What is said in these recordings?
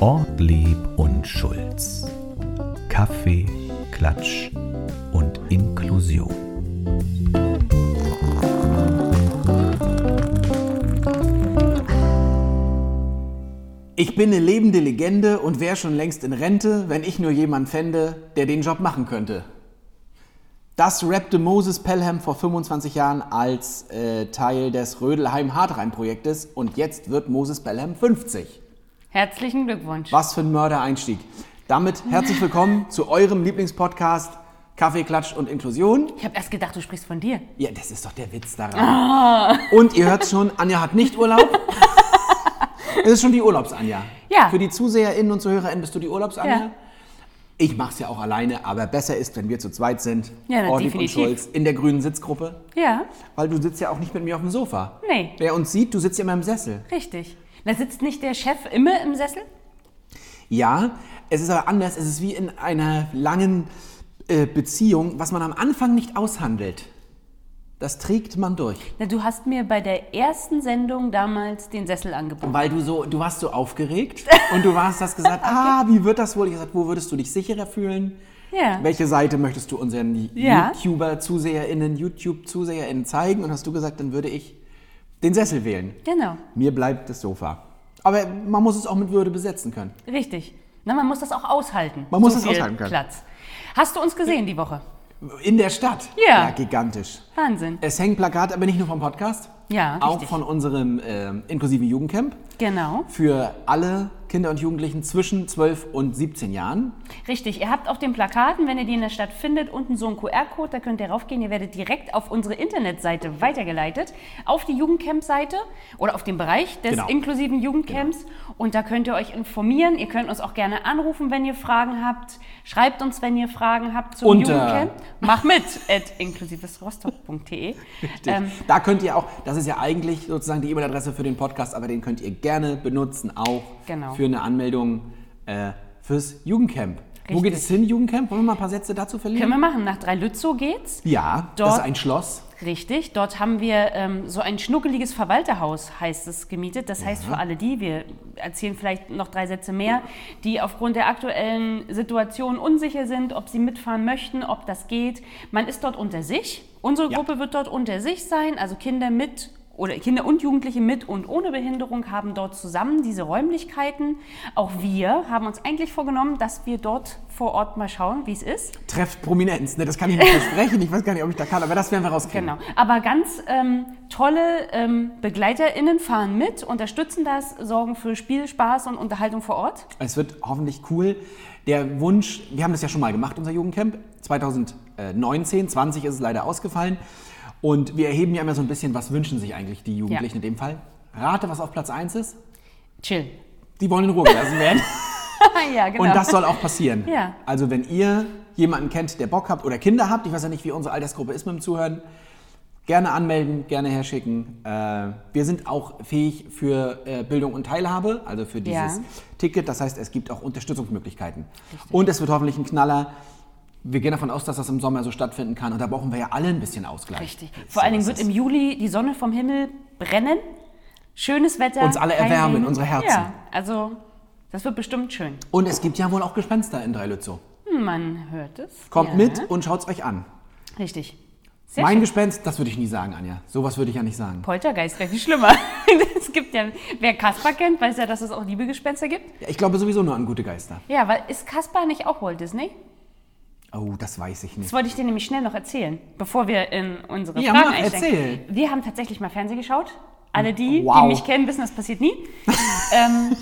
Ortlieb und Schulz. Kaffee, Klatsch und Inklusion. Ich bin eine lebende Legende und wäre schon längst in Rente, wenn ich nur jemanden fände, der den Job machen könnte. Das rappte Moses Pelham vor 25 Jahren als äh, Teil des Rödelheim-Hartrein-Projektes und jetzt wird Moses Pelham 50. Herzlichen Glückwunsch. Was für ein Mördereinstieg. Damit herzlich willkommen zu eurem Lieblingspodcast Kaffee, Klatsch und Inklusion. Ich habe erst gedacht, du sprichst von dir. Ja, das ist doch der Witz daran. Ah. Und ihr hört schon, Anja hat nicht Urlaub. Es ist schon die Urlaubs-Anja. Ja. Für die ZuseherInnen und ZuhörerInnen bist du die Urlaubs-Anja. Ja. Ich mache es ja auch alleine, aber besser ist, wenn wir zu zweit sind. Ja, na, Ortlieb definitiv. und Schulz in der grünen Sitzgruppe. Ja, Weil du sitzt ja auch nicht mit mir auf dem Sofa. Nee. Wer uns sieht, du sitzt ja immer im Sessel. richtig. Da sitzt nicht der Chef immer im Sessel? Ja, es ist aber anders. Es ist wie in einer langen äh, Beziehung, was man am Anfang nicht aushandelt. Das trägt man durch. Na, du hast mir bei der ersten Sendung damals den Sessel angeboten. Weil du so, du warst so aufgeregt und du warst, hast gesagt, ah, wie wird das wohl? Ich hab gesagt, wo würdest du dich sicherer fühlen? Ja. Welche Seite möchtest du unseren Ja. YouTuber-ZuseherInnen, YouTube-ZuseherInnen zeigen? Und hast du gesagt, dann würde ich den Sessel wählen. Genau, Mir bleibt das Sofa. Aber man muss es auch mit Würde besetzen können. richtig. Na, man muss das auch aushalten. Man muss so das viel aushalten können. Platz. Hast du uns gesehen die Woche? In der Stadt. Ja. gigantisch. Wahnsinn. Es hängen Plakate, aber nicht nur vom Podcast. Ja, Auch richtig. von unserem ähm, inklusiven Jugendcamp Genau. für alle Kinder und Jugendlichen zwischen 12 und 17 Jahren. Richtig, ihr habt auf den Plakaten, wenn ihr die in der Stadt findet, unten so einen QR-Code, da könnt ihr raufgehen. Ihr werdet direkt auf unsere Internetseite weitergeleitet, auf die Jugendcamp-Seite oder auf den Bereich des Genau. inklusiven Jugendcamps. Und da könnt ihr euch informieren. Ihr könnt uns auch gerne anrufen, wenn ihr Fragen habt. Schreibt uns, wenn ihr Fragen habt zum Unter- Jugendcamp. Mach mit at inklusivesrostock.de. Ähm, da könnt ihr auch, das ist ja eigentlich sozusagen die E-Mail-Adresse für den Podcast, aber den könnt ihr gerne benutzen, auch Genau. für eine Anmeldung äh, fürs Jugendcamp. Wo geht Richtig. es hin, Jugendcamp? Wollen wir mal ein paar Sätze dazu verlieren? können wir machen. Nach drei Lützow geht's. ja, das Dort- ist ein Schloss. Richtig, dort haben wir ähm, so ein schnuckeliges Verwalterhaus, heißt es, gemietet. Das heißt für alle die, wir erzählen vielleicht noch drei Sätze mehr, die aufgrund der aktuellen Situation unsicher sind, ob sie mitfahren möchten, ob das geht. Man ist dort unter sich. Unsere Ja. Gruppe wird dort unter sich sein, also Kinder mit oder Kinder und Jugendliche mit und ohne Behinderung haben dort zusammen diese Räumlichkeiten. Auch wir haben uns eigentlich vorgenommen, dass wir dort vor Ort mal schauen, wie es ist. Trefft Prominenz, ne? das kann ich nicht versprechen. Ich weiß gar nicht, ob ich da kann, aber das werden wir rauskriegen. Genau. Aber ganz ähm, tolle ähm, BegleiterInnen fahren mit, unterstützen das, sorgen für Spiel, Spaß und Unterhaltung vor Ort. Es wird hoffentlich cool. Der Wunsch, wir haben das ja schon mal gemacht, unser Jugendcamp. 2019, 20 ist es leider ausgefallen. Und wir erheben ja immer so ein bisschen, was wünschen sich eigentlich die Jugendlichen Ja. in dem Fall. Rate, was auf Platz 1 ist. Chill. Die wollen in Ruhe gelassen werden. ja, genau. Und das soll auch passieren. Ja. Also wenn ihr jemanden kennt, der Bock habt oder Kinder habt, ich weiß ja nicht, wie unsere Altersgruppe ist mit dem Zuhören, gerne anmelden, gerne herschicken. Äh, wir sind auch fähig für äh, Bildung und Teilhabe, also für dieses Ja. Ticket. Das heißt, es gibt auch Unterstützungsmöglichkeiten. Und es wird hoffentlich ein Knaller. Wir gehen davon aus, dass das im Sommer so stattfinden kann. Und da brauchen wir ja alle ein bisschen Ausgleich. Richtig. Vor allen Dingen wird im Juli die Sonne vom Himmel brennen. Schönes Wetter. Uns alle kein erwärmen, Regen. unsere Herzen. Ja, also das wird bestimmt schön. Und es gibt ja wohl auch Gespenster in Dreilützow. Man hört es. Kommt ja. mit und schaut's euch an. Richtig. Sehr mein schön. Gespenst, das würde ich nie sagen, Anja. Sowas würde ich ja nicht sagen. Poltergeist wäre viel schlimmer. es gibt ja, wer Kasper kennt, weiß ja, dass es auch liebe Gespenster gibt. Ja, Ich glaube sowieso nur an gute Geister. Ja, weil ist Kasper nicht auch Walt Disney? Oh, das weiß ich Das nicht. wollte ich dir nämlich schnell noch erzählen, bevor wir in unsere Ja, Fragen mach, einsteigen. erzähl. Wir haben tatsächlich mal Fernsehen geschaut. Alle die, Wow. die mich kennen, wissen, das passiert nie. ähm,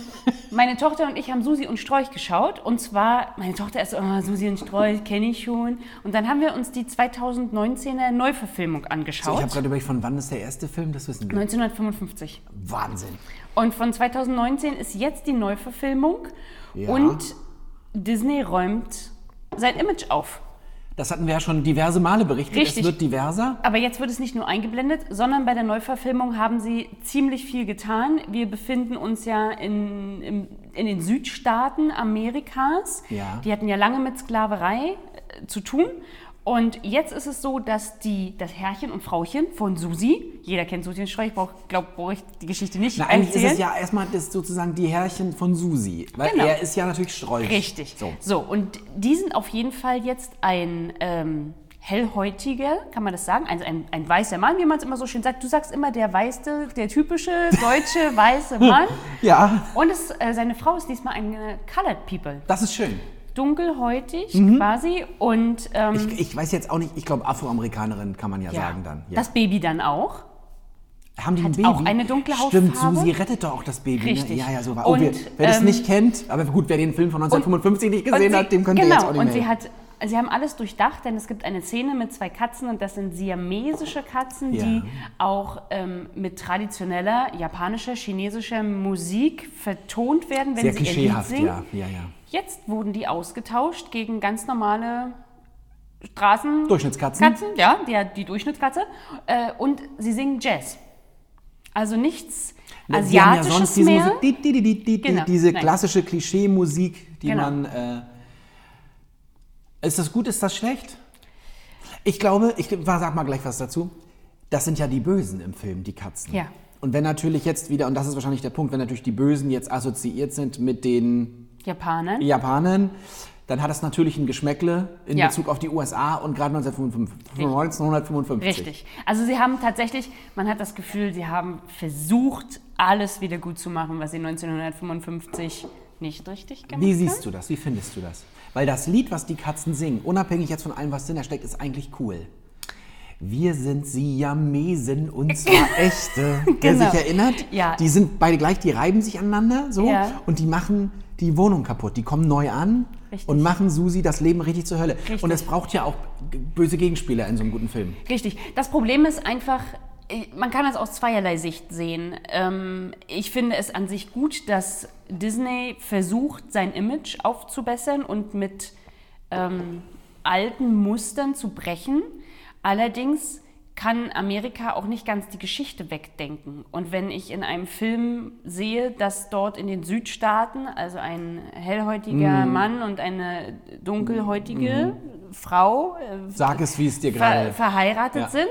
meine Tochter und ich haben Susi und Strolch geschaut. Und zwar, meine Tochter ist so, oh, Susi und Strolch, kenne ich schon. Und dann haben wir uns die 2019er Neuverfilmung So, ich angeschaut. habe gerade überlegt, von wann ist der erste Film? Das wissen wir. 1955. Wahnsinn. Und von 2019 ist jetzt die Neuverfilmung. Ja. Und Disney räumt sein Image auf. Das hatten wir ja schon diverse Male berichtet. Richtig. Es wird diverser. Aber jetzt wird es nicht nur eingeblendet, sondern bei der Neuverfilmung haben sie ziemlich viel getan. Wir befinden uns ja in, im, in den Südstaaten Amerikas. Ja. Die hatten ja lange mit Sklaverei äh, zu tun. Und jetzt ist es so, dass die, das Herrchen und Frauchen von Susi, jeder kennt Susi und Streu, ich glaube, brauche ich die Geschichte nicht Na, eigentlich erzählen. ist es ja erstmal das sozusagen die Herrchen von Susi. Weil Genau. er ist ja natürlich Strolch. Richtig. So. So. und die sind auf jeden Fall jetzt ein ähm, hellhäutiger, kann man das sagen? Also ein, ein weißer Mann, wie man es immer so schön sagt. Du sagst immer der weiße, der typische deutsche weiße Mann. Ja, Und es, äh, seine Frau ist diesmal eine Colored People. das ist schön. Dunkelhäutig quasi und ähm, Mhm. Ich, ich weiß jetzt auch nicht, ich glaube Afroamerikanerin kann man ja, ja, sagen dann. Ja. das Baby dann auch. Haben die ein hat Baby? auch eine dunkle Stimmt, Hautfarbe. Susi rettet doch auch das Baby. Richtig. Ne? Ja, ja, so war. oh, Und, wer wer das ähm, nicht kennt, aber gut, wer den Film von 1955 nicht gesehen Und hat, dem könnt genau, ihr jetzt auch nicht und mehr sie helfen. hat Sie haben alles durchdacht, denn es gibt eine Szene mit zwei Katzen und das sind siamesische Katzen, Ja. die auch ähm, mit traditioneller japanischer, chinesischer Musik vertont werden, wenn Sehr sie ihr Lied klischeehaft, singen. ja. ja, ja. Jetzt wurden die ausgetauscht gegen ganz normale Straßen. Durchschnittskatzen. Katzen, ja, die, die Durchschnittskatze. Äh, und sie singen Jazz. Also nichts Na, die haben ja Asiatisches sonst diese mehr. Musik, die, die, die, die, die, Genau, diese nein. klassische Klischee-Musik, die Genau. man. Äh, ist das gut, ist das schlecht? Ich glaube, ich sag mal gleich was dazu. Das sind ja die Bösen im Film, die Katzen. Ja. Und wenn natürlich jetzt wieder, und das ist wahrscheinlich der Punkt, wenn natürlich die Bösen jetzt assoziiert sind mit den Japaner. Japanern, dann hat das natürlich ein Geschmäckle in Ja. Bezug auf die USA und gerade 1955, 1955. Richtig. Also sie haben tatsächlich, man hat das Gefühl, sie haben versucht, alles wieder gut zu machen, was sie 1955 nicht richtig gemacht Wie haben. siehst du das? Wie findest du das? Weil das Lied, was die Katzen singen, unabhängig jetzt von allem, was dahinter steckt, ist eigentlich cool. Wir sind Siamesen und zwar echte. Wer Genau. sich erinnert, Ja. die sind beide gleich, die reiben sich aneinander so Ja. und die machen die Wohnung kaputt. Die kommen neu an Richtig. und machen Susi das Leben richtig zur Hölle. Richtig. Und es braucht ja auch g- böse Gegenspieler in so einem guten Film. Richtig. Das Problem ist einfach, äh, man kann das aus zweierlei Sicht sehen. Ähm, ich finde es an sich gut, dass Disney versucht, sein Image aufzubessern und mit ähm, alten Mustern zu brechen. Allerdings kann Amerika auch nicht ganz die Geschichte wegdenken. Und wenn ich in einem Film sehe, dass dort in den Südstaaten, also ein hellhäutiger Mann und eine dunkelhäutige Frau äh, Sag es, wie es dir gerade. ver verheiratet Ja. sind,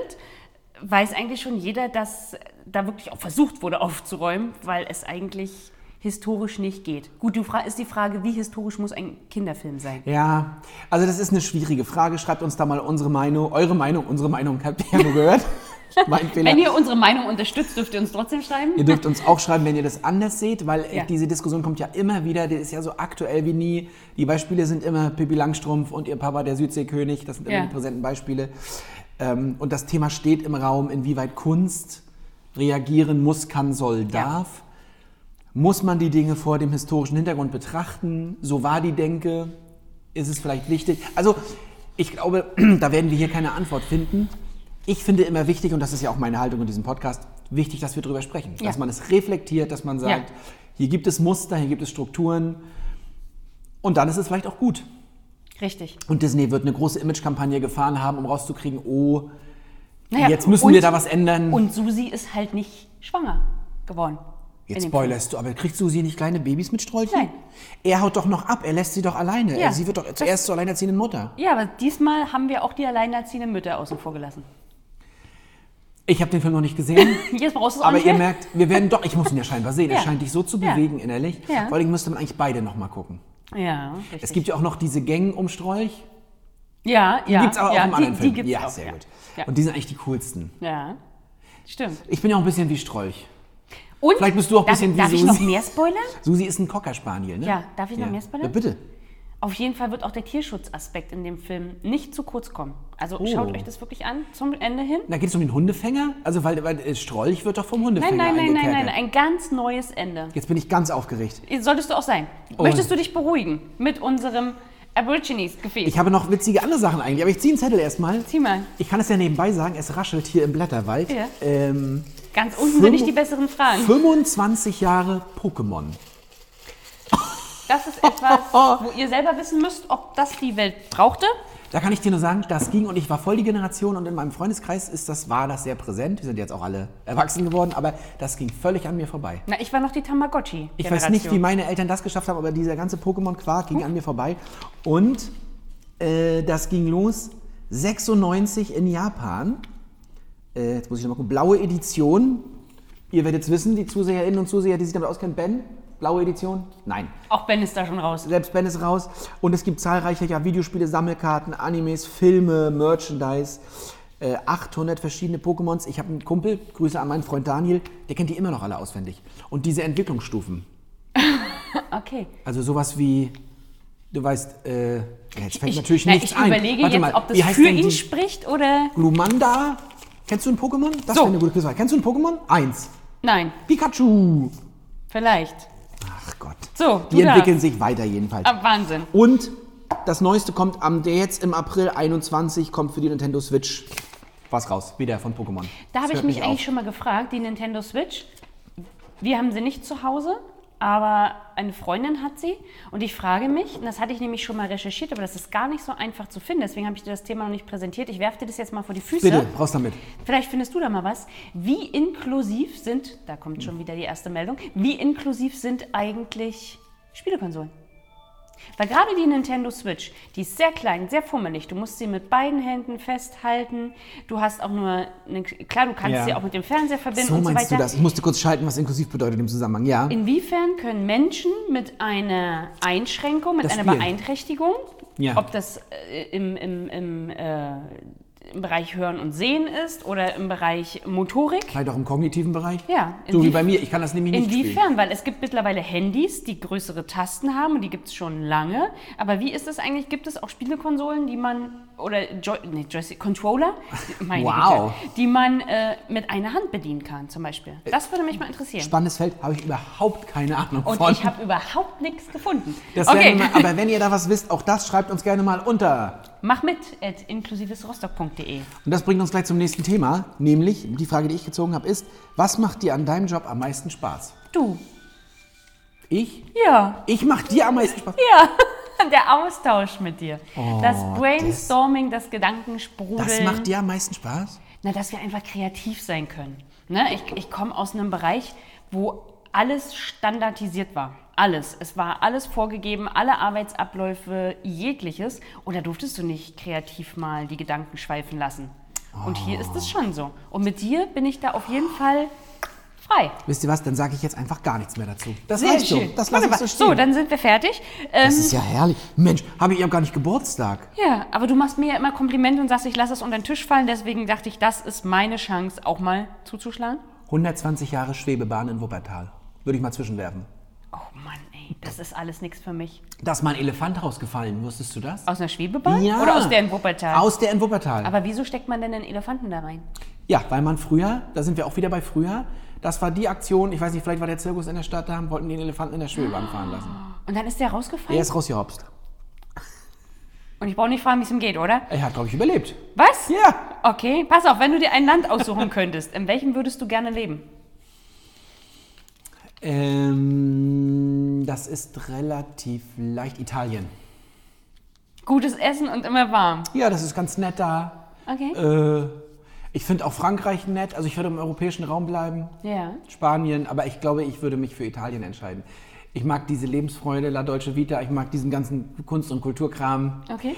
weiß eigentlich schon jeder, dass da wirklich auch versucht wurde aufzuräumen, weil es eigentlich historisch nicht geht. Gut, du fra- ist die Frage, wie historisch muss ein Kinderfilm sein? Ja, also das ist eine schwierige Frage. Schreibt uns da mal unsere Meinung, eure Meinung, unsere Meinung habt ihr ja nur gehört. mein Fehler. Wenn ihr unsere Meinung unterstützt, dürft ihr uns trotzdem schreiben. Ihr dürft uns auch schreiben, wenn ihr das anders seht, weil äh, Ja. diese Diskussion kommt ja immer wieder, die ist ja so aktuell wie nie. Die Beispiele sind immer Pippi Langstrumpf und ihr Papa der Südseekönig, das sind immer Ja. die präsenten Beispiele. Ähm, und das Thema steht im Raum, inwieweit Kunst reagieren muss, kann, soll, darf. Muss man die Dinge vor dem historischen Hintergrund betrachten? So war die Denke? Ist es vielleicht wichtig? Also, ich glaube, da werden wir hier keine Antwort finden. Ich finde immer wichtig, und das ist ja auch meine Haltung in diesem Podcast, wichtig, dass wir darüber sprechen. Ja. Dass man es reflektiert, dass man sagt, Ja. hier gibt es Muster, hier gibt es Strukturen. Und dann ist es vielleicht auch gut. Richtig. Und Disney wird eine große Imagekampagne gefahren haben, um rauszukriegen, oh, Naja, jetzt müssen und, wir da was ändern. Und Susi ist halt nicht schwanger geworden. in Jetzt dem Film. spoilerst du, aber kriegt Susi nicht kleine Babys mit Sträuchchen? Nein. Er haut doch noch ab, er lässt sie doch alleine. Ja. Sie wird doch zuerst zur alleinerziehenden Mutter. Ja, aber diesmal haben wir auch die alleinerziehenden Mütter außen vor gelassen. Ich habe den Film noch nicht gesehen, Jetzt brauchst du es auch aber nicht ihr mehr. merkt, wir werden doch, ich muss ihn ja scheinbar sehen. Er Ja. scheint dich so zu Ja. bewegen innerlich. Ja. Vor allem müsste man eigentlich beide nochmal gucken. Ja, richtig. Es gibt ja auch noch diese Gängen um Strolch. ja, Die ja, gibt's aber ja, auch im anderen die, Film. Die gibt's ja, auch, sehr ja. gut. Ja. Und die sind eigentlich die coolsten. ja, stimmt. Ich bin ja auch ein bisschen wie Strolch. Und Vielleicht bist du auch ein darf, bisschen wie Darf ich Susi. noch mehr spoilern? Susi ist ein Cockerspaniel, ne? Ja, darf ich noch mehr spoilern? Ja, bitte. Auf jeden Fall wird auch der Tierschutzaspekt in dem Film nicht zu kurz kommen. Also Oh. schaut euch das wirklich an zum Ende hin. Da geht es um den Hundefänger? Also, weil, weil äh, Strolch wird doch vom Hundefänger Nein, nein, nein, nein, nein, eingekerkert. ein ganz neues Ende. Jetzt bin ich ganz aufgeregt. Solltest du auch sein. Oh. Möchtest du dich beruhigen mit unserem Aborigines-Gefäß? Ich habe noch witzige andere Sachen eigentlich, aber ich ziehe einen Zettel erstmal. Zieh mal. Ich kann es ja nebenbei sagen, es raschelt hier im Blätterwald. Ja. Ähm, Ganz unten sind Fünf- nicht die besseren Fragen. 25 Jahre Pokémon. Das ist etwas, wo ihr selber wissen müsst, ob das die Welt brauchte. Da kann ich dir nur sagen, das ging und ich war voll die Generation und in meinem Freundeskreis ist das, war das sehr präsent. Wir sind jetzt auch alle erwachsen geworden, aber das ging völlig an mir vorbei. Na, ich war noch die Tamagotchi. Ich weiß nicht, wie meine Eltern das geschafft haben, aber dieser ganze Pokémon-Quark ging an mir vorbei. Und äh, das ging los 96 in Japan. Äh, jetzt muss ich nochmal gucken. Blaue Edition. Ihr werdet es wissen, die Zuseherinnen und Zuseher, die sich damit auskennen. Ben? Blaue Edition? Nein. Auch Ben ist da schon raus. Selbst Ben ist raus. Und es gibt zahlreiche ja, Videospiele, Sammelkarten, Animes, Filme, Merchandise. Äh, 800 verschiedene Pokémons. Ich habe einen Kumpel, Grüße an meinen Freund Daniel, der kennt die immer noch alle auswendig. Und diese Entwicklungsstufen. Okay. Also sowas wie, du weißt, äh, ja, jetzt fängt Ich, natürlich na, nichts ich ein. überlege Warte jetzt, mal, ob das wie heißt für denn ihn die- spricht oder. Glumanda. Kennst du ein Pokémon? Das So. wäre eine gute Quizfrage. Kennst du ein Pokémon? Eins. Nein, Pikachu. vielleicht. Ach Gott. So, Die du darfst. entwickeln sich weiter jedenfalls. Ah, Wahnsinn. Und das Neueste kommt am der jetzt im April 21 kommt für die Nintendo Switch was raus. Wieder von Pokémon. Da Das habe ich hört mich nicht auf. eigentlich schon mal gefragt, die Nintendo Switch. Wir haben sie nicht zu Hause, aber eine Freundin hat sie. Und ich frage mich, und das hatte ich nämlich schon mal recherchiert, aber das ist gar nicht so einfach zu finden. Deswegen habe ich dir das Thema noch nicht präsentiert. Ich werfe dir das jetzt mal vor die Füße. Bitte, raus damit. Vielleicht findest du da mal was. Wie inklusiv sind, da kommt schon wieder die erste Meldung, wie inklusiv sind eigentlich Spielekonsolen? Weil gerade die Nintendo Switch, die ist sehr klein, sehr fummelig. Du musst sie mit beiden Händen festhalten. Du hast auch nur, eine, klar, du kannst Ja. sie auch mit dem Fernseher verbinden So und so meinst weiter. du das? Ich musste kurz schalten, was inklusiv bedeutet im Zusammenhang. Ja. Inwiefern können Menschen mit einer Einschränkung, mit Das einer Spielen. Beeinträchtigung, Ja. ob das äh, im, im, im, äh, im Bereich Hören und Sehen ist oder im Bereich Motorik, Vielleicht auch im kognitiven Bereich. Ja, So wie inwie- bei mir. Ich kann das nämlich nicht spielen. Inwiefern? Weil es gibt mittlerweile Handys, die größere Tasten haben und die gibt es schon lange. Aber wie ist es eigentlich? Gibt es auch Spielekonsolen, die man oder Joy nee, Joystick, Controller, meine Wow. Äh, Güte, die man äh, mit einer Hand bedienen kann, zum Beispiel? Das würde mich mal interessieren. Spannendes Feld, habe ich überhaupt keine Ahnung Und von. ich habe überhaupt nichts gefunden. das okay, werden wir mal, aber wenn ihr da was wisst, auch das schreibt uns gerne mal unter. mach mit at inklusivesrostock.de. Und das bringt uns gleich zum nächsten Thema, nämlich die Frage, die ich gezogen habe, ist, was macht dir an deinem Job am meisten Spaß? Du, Ich? ja, Ich mach dir am meisten Spaß. ja. Der Austausch mit dir. das Brainstorming, das, Gedankensprudeln. Oh, Das macht dir am meisten Spaß? Na, dass wir einfach kreativ sein können. Ne? Ich, ich komme aus einem Bereich, wo alles standardisiert war. Alles. Es war alles vorgegeben, alle Arbeitsabläufe, jegliches. Und da durftest du nicht kreativ mal die Gedanken schweifen lassen. Und hier ist es schon so. Und mit dir bin ich da auf jeden Fall frei. Wisst ihr was, dann sage ich jetzt einfach gar nichts mehr dazu. Das Sehr reicht so. schön. Das lasse ich Wunderbar. so stehen. so, dann sind wir fertig. Ähm, das ist ja herrlich. Mensch, habe ich ja gar nicht Geburtstag. ja, aber du machst mir ja immer Komplimente und sagst, ich lasse es unter den Tisch fallen. Deswegen dachte ich, das ist meine Chance, auch mal zuzuschlagen. 120 Jahre Schwebebahn in Wuppertal. Würde ich mal zwischenwerfen. Oh Mann, ey, das ist alles nichts für mich. Da ist mal ein Elefant rausgefallen, wusstest du das? Aus einer Schwebebahn? Oder aus der in Wuppertal? Aus der in Wuppertal. Aber wieso steckt man denn einen Elefanten da rein? Ja, weil man früher, da sind wir auch wieder bei früher, das war die Aktion, ich weiß nicht, vielleicht war der Zirkus in der Stadt da, wollten den Elefanten in der Schwebebahn fahren lassen. Und dann ist der rausgefallen? Er ist rausgehopst. Und ich brauche nicht fragen, wie es ihm geht, oder? Er hat, glaube ich, überlebt. Was? Ja. Okay, pass auf, wenn du dir ein Land aussuchen könntest, in welchem würdest du gerne leben? Ähm, das ist relativ leicht Italien. Gutes Essen und immer warm. Ja, das ist ganz nett da. Okay. Äh, ich finde auch Frankreich nett. Also ich würde im europäischen Raum bleiben. Ja. Spanien, aber ich glaube, ich würde mich für Italien entscheiden. Ich mag diese Lebensfreude, La Dolce Vita, ich mag diesen ganzen Kunst- und Kulturkram. Okay.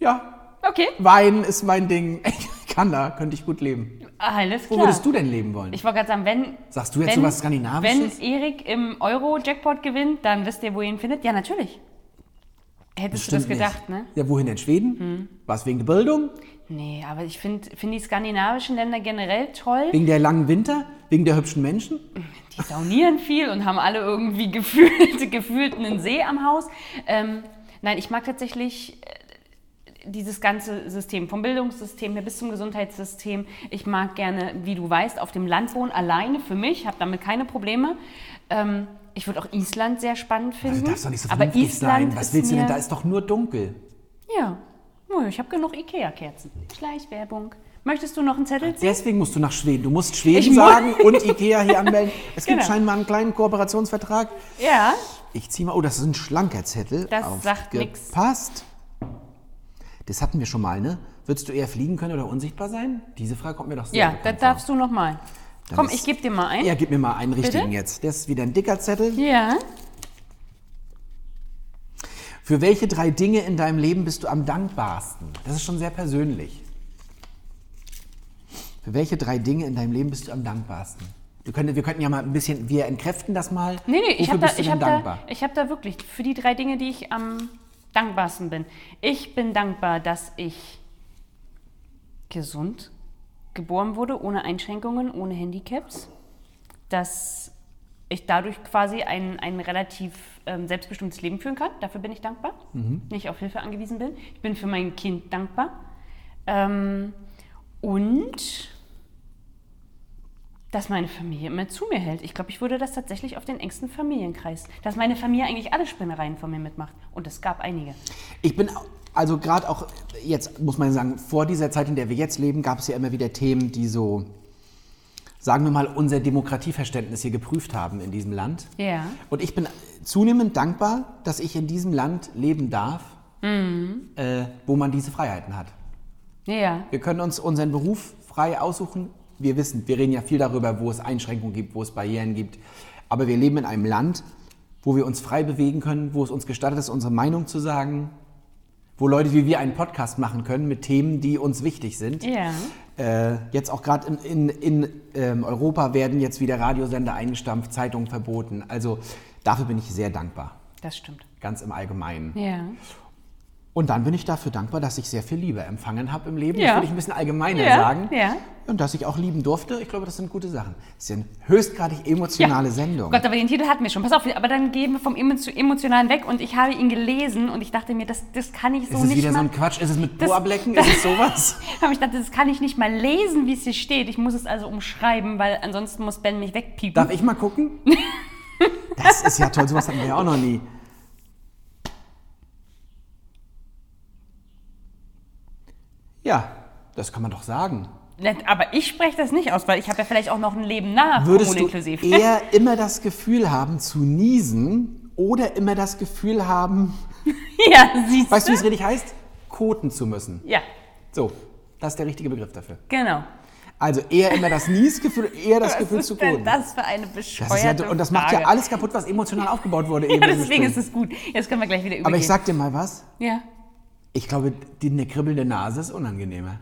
Ja, Okay. Wein ist mein Ding. Ich kann da, könnte ich gut leben. Alles Wo klar. würdest du denn leben wollen? Ich wollte gerade sagen, wenn. Sagst du jetzt wenn, sowas Skandinavisches? Wenn Erik im Euro-Jackpot gewinnt, dann wisst ihr, wo ihr ihn findet. Ja, natürlich. Hättest du das gedacht, nicht. ne? Hm. Ja, wohin denn? Schweden? Was, wegen der Bildung? Nee, aber ich finde find die skandinavischen Länder generell toll. Wegen der langen Winter? Wegen der hübschen Menschen? die saunieren viel und haben alle irgendwie gefühlt, gefühlt einen See am Haus. Ähm, nein, ich mag tatsächlich äh, dieses ganze System, vom Bildungssystem her bis zum Gesundheitssystem. Ich mag gerne, wie du weißt, auf dem Land wohnen, alleine für mich, habe damit keine Probleme. Ähm, ich würde auch Island sehr spannend finden. Also Du darfst doch nicht so Mhm. aber vernünftig Island sein. Was ist willst du mir, denn? Da ist doch nur dunkel. Ja, Nö, ich habe genug Ikea-Kerzen. Schleichwerbung. Möchtest du noch einen Zettel ziehen? Deswegen musst du nach Schweden. Du musst Schweden mu- sagen und Ikea hier anmelden. Es gibt Genau. scheinbar einen kleinen Kooperationsvertrag. Ja. Ich ziehe mal. Oh, das ist ein schlanker Zettel. Das sagt nix. Passt. Das hatten wir schon mal, ne? Würdest du eher fliegen können oder unsichtbar sein? Diese Frage kommt mir doch sehr Ja, bekannt das vor. darfst du noch mal. Komm, ist- ich gebe dir mal ein. Ja, gib mir mal einen richtigen Bitte? jetzt. Das ist wieder ein dicker Zettel. ja. Für welche drei Dinge in deinem Leben bist du am dankbarsten? Das ist schon sehr persönlich. Für welche drei Dinge in deinem Leben bist du am dankbarsten? Wir könnten, wir könnten ja mal ein bisschen, wir entkräften das mal. Nee, nee, ich Wofür habe da, bist du ich denn hab da, dankbar? ich hab da wirklich für die drei Dinge, die ich am dankbarsten bin. Ich bin dankbar, dass ich gesund geboren wurde, ohne Einschränkungen, ohne Handicaps. Dass ich dadurch quasi ein, ein relativ ähm, selbstbestimmtes Leben führen kann. Dafür bin ich dankbar. Mhm. Nicht auf Hilfe angewiesen bin. Ich bin für mein Kind dankbar. Ähm, und dass meine Familie immer zu mir hält. Ich glaube, ich würde das tatsächlich auf den engsten Familienkreis. Dass meine Familie eigentlich alle Spinnereien von mir mitmacht. Und es gab einige. Ich bin au- also gerade auch jetzt, muss man sagen, vor dieser Zeit, in der wir jetzt leben, gab es ja immer wieder Themen, die so, sagen wir mal, unser Demokratieverständnis hier geprüft haben in diesem Land. Ja. Und ich bin zunehmend dankbar, dass ich in diesem Land leben darf, äh, wo man diese Freiheiten hat. Ja. Wir können uns unseren Beruf frei aussuchen. Wir wissen, wir reden ja viel darüber, wo es Einschränkungen gibt, wo es Barrieren gibt. Aber wir leben in einem Land, wo wir uns frei bewegen können, wo es uns gestattet ist, unsere Meinung zu sagen, wo Leute wie wir einen Podcast machen können mit Themen, die uns wichtig sind. Ja. Äh, jetzt auch gerade in, in, in ähm, Europa werden jetzt wieder Radiosender eingestampft, Zeitungen verboten. Also dafür bin ich sehr dankbar, Das stimmt. ganz im Allgemeinen. Ja. Und dann bin ich dafür dankbar, dass ich sehr viel Liebe empfangen habe im Leben. Ja. Das will ich ein bisschen allgemeiner Ja, sagen. ja. Und dass ich auch lieben durfte. Ich glaube, das sind gute Sachen. Das ist ja eine höchstgradig emotionale Ja. Sendung. Gott, aber den Titel hatten wir schon. Pass auf, aber dann gehen wir vom Emo- zu Emotionalen weg. Und ich habe ihn gelesen und ich dachte mir, das, das kann ich so ist es nicht wieder so machen. ein Quatsch? Ist es mit Das- Poablecken? Ist es sowas? Aber ich dachte, das kann ich nicht mal lesen, wie es hier steht. Ich muss es also umschreiben, weil ansonsten muss Ben mich wegpiepen. Darf ich mal gucken? Das ist ja toll. Sowas hatten wir ja auch noch nie. Ja, das kann man doch sagen. Nett, Aber ich spreche das nicht aus, weil ich habe ja vielleicht auch noch ein Leben nach Würdest du eh Hormoninklusiv. eher immer das Gefühl haben zu niesen oder immer das Gefühl haben, ja, siehst weißt du, du? wie es richtig heißt? Koten zu müssen. Ja, So, das ist der richtige Begriff dafür. genau. Also eher immer das Niesgefühl, eher das Gefühl was zu ist denn koten. das für eine Das bescheuerte ist ja, und das macht Frage. ja alles kaputt, was emotional aufgebaut wurde. eben Ja, im deswegen Gespräch. ist es gut. Jetzt können wir gleich wieder übergehen. Aber ich sag dir mal was. ja. Ich glaube, die, eine kribbelnde Nase ist unangenehmer,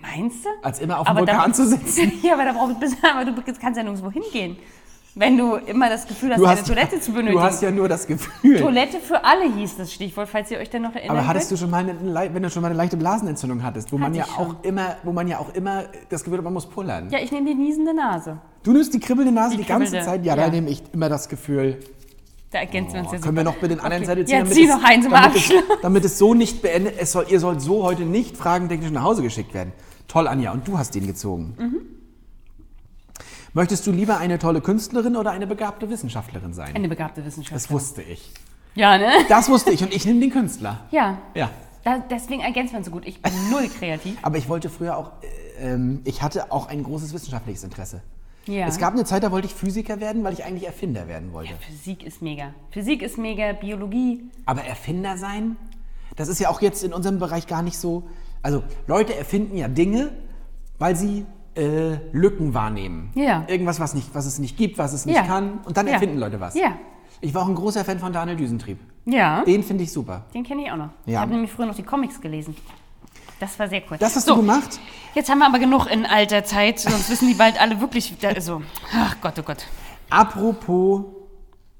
Meinst du? als immer auf dem Aber dann- Vulkan zu sitzen. ja, aber da brauchst du bist- aber du kannst ja nirgendwo hingehen. Wenn du immer das Gefühl hast, eine Toilette zu benötigen. du hast ja nur das Gefühl. Toilette für alle hieß das Stichwort, falls ihr euch dann noch erinnert. Aber hattest du schon mal eine, lei- wenn du schon mal eine leichte Blasenentzündung hattest, wo man Hatte ja ich schon. auch immer, wo man ja auch immer das Gefühl hat, man muss pullern. Ja, ich nehme die niesende Nase. Du nimmst die kribbelnde Nase die, Die ganze kribbelnde, Zeit. Ja, ja. da nehme ich immer das Gefühl. Da ergänzen wir uns ja Oh, Können wir noch bitte den anderen Okay. Zettel ziehen? Ja, zieh es- noch einen zum damit es, Abschluss. damit es so nicht beendet, es soll, ihr sollt so heute nicht fragentechnisch nach Hause geschickt werden. Toll, Anja, und du hast den gezogen. Mhm. Möchtest du lieber eine tolle Künstlerin oder eine begabte Wissenschaftlerin sein? Eine begabte Wissenschaft. das wusste ich. Ja, ne? Das wusste ich und ich nehme den Künstler. Ja. Ja. Da, deswegen ergänzen wir uns so gut. Ich bin null kreativ. Aber ich wollte früher auch, äh, ähm, ich hatte auch ein großes wissenschaftliches Interesse. Ja. Es gab eine Zeit, da wollte ich Physiker werden, weil ich eigentlich Erfinder werden wollte. Physik ist mega. Physik ist mega, Biologie. Aber Erfinder sein, das ist ja auch jetzt in unserem Bereich gar nicht so. Also Leute erfinden ja Dinge, weil sie äh, Lücken wahrnehmen. Ja. Irgendwas, was, nicht, was es nicht gibt, was es nicht Ja. kann. Und dann Ja. erfinden Leute was. Ja. Ich war auch ein großer Fan von Daniel Düsentrieb. Ja. Den finde ich super. Den kenne ich auch noch. Ich Ja. habe nämlich früher noch die Comics gelesen. Das war sehr cool. Das hast so, du gemacht? Jetzt haben wir aber genug in alter Zeit, sonst wissen die bald alle wirklich. Da, so. Ach Gott, oh Gott. Apropos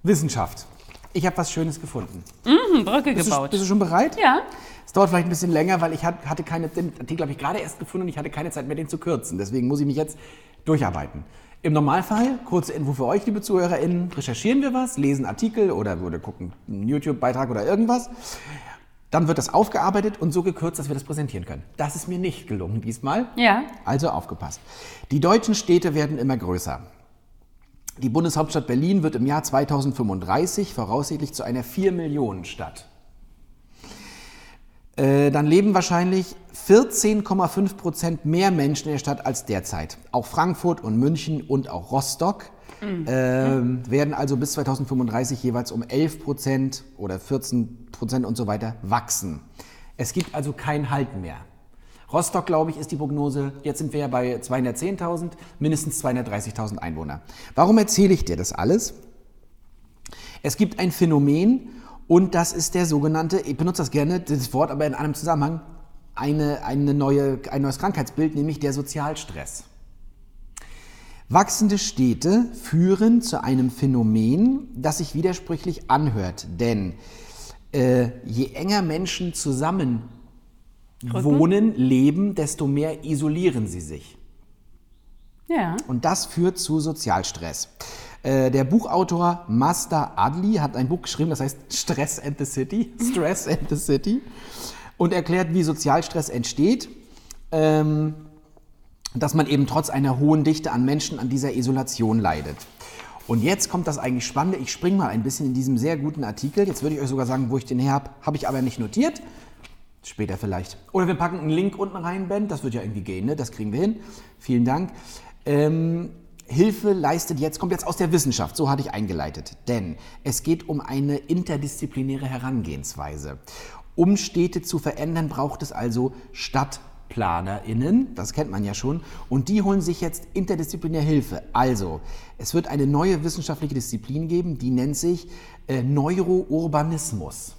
Wissenschaft. Ich habe was Schönes gefunden. Hm, Brücke Bist du, gebaut. bist du schon bereit? ja. Es dauert vielleicht ein bisschen länger, weil ich hat- hatte keine, den Artikel habe ich gerade erst gefunden und ich hatte keine Zeit mehr, den zu kürzen. Deswegen muss ich mich jetzt durcharbeiten. Im Normalfall, kurze Info für euch, liebe ZuhörerInnen, recherchieren wir was, lesen Artikel oder würde gucken einen YouTube-Beitrag oder irgendwas. Dann wird das aufgearbeitet und so gekürzt, dass wir das präsentieren können. Das ist mir nicht gelungen diesmal. Ja. Also aufgepasst. Die deutschen Städte werden immer größer. Die Bundeshauptstadt Berlin wird im Jahr 2035 voraussichtlich zu einer 4-Millionen-Stadt. Äh, dann leben wahrscheinlich 14,5 Prozent mehr Menschen in der Stadt als derzeit. Auch Frankfurt und München und auch Rostock ähm, werden also bis 2035 jeweils um 11 Prozent oder 14 Prozent und so weiter wachsen. Es gibt also kein Halten mehr. Rostock, glaube ich, ist die Prognose. Jetzt sind wir ja bei 210.000, mindestens 230.000 Einwohner. Warum erzähle ich dir das alles? Es gibt ein Phänomen Und das ist der sogenannte, ich benutze das gerne, dieses Wort, aber in einem Zusammenhang, eine, eine neue, ein neues Krankheitsbild, nämlich der Sozialstress. Wachsende Städte führen zu einem Phänomen, das sich widersprüchlich anhört. Denn äh, je enger Menschen zusammen wohnen, leben, desto mehr isolieren sie sich. Ja. Und das führt zu Sozialstress. Äh, Der Buchautor Master Adli hat ein Buch geschrieben, das heißt Stress and the City. Stress and the City. Und erklärt, wie Sozialstress entsteht. Ähm, dass man eben trotz einer hohen Dichte an Menschen an dieser Isolation leidet. Und jetzt kommt das eigentlich Spannende. Ich springe mal ein bisschen in diesem sehr guten Artikel. Jetzt würde ich euch sogar sagen, wo ich den her habe. Habe ich aber nicht notiert. Später vielleicht. Oder wir packen einen Link unten rein, Ben. Das wird ja irgendwie gehen, ne? Das kriegen wir hin. Vielen Dank. Ähm, Hilfe leistet jetzt, kommt jetzt aus der Wissenschaft, so hatte ich eingeleitet. Denn es geht um eine interdisziplinäre Herangehensweise. Um Städte zu verändern, braucht es also StadtplanerInnen, das kennt man ja schon, und die holen sich jetzt interdisziplinär Hilfe. Also, es wird eine neue wissenschaftliche Disziplin geben, die nennt sich äh, Neurourbanismus.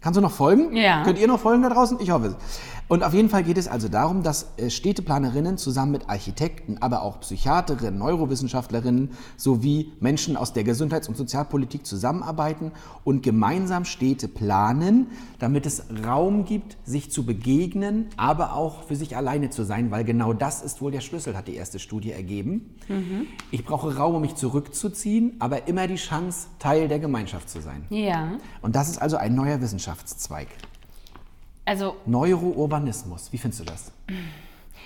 Kannst du noch folgen? Ja. Könnt ihr noch folgen da draußen? Ich hoffe es. Und auf jeden Fall geht es also darum, dass äh, Städteplanerinnen zusammen mit Architekten, aber auch Psychiaterinnen, Neurowissenschaftlerinnen sowie Menschen aus der Gesundheits- und Sozialpolitik zusammenarbeiten und gemeinsam Städte planen, damit es Raum gibt, sich zu begegnen, aber auch für sich alleine zu sein, weil genau das ist wohl der Schlüssel, hat die erste Studie ergeben. Ich brauche Raum, um mich zurückzuziehen, aber immer die Chance, Teil der Gemeinschaft zu sein. Ja. Und das ist also ein neuer Wissenschaftszweig. Also Neurourbanismus. Wie findest du das?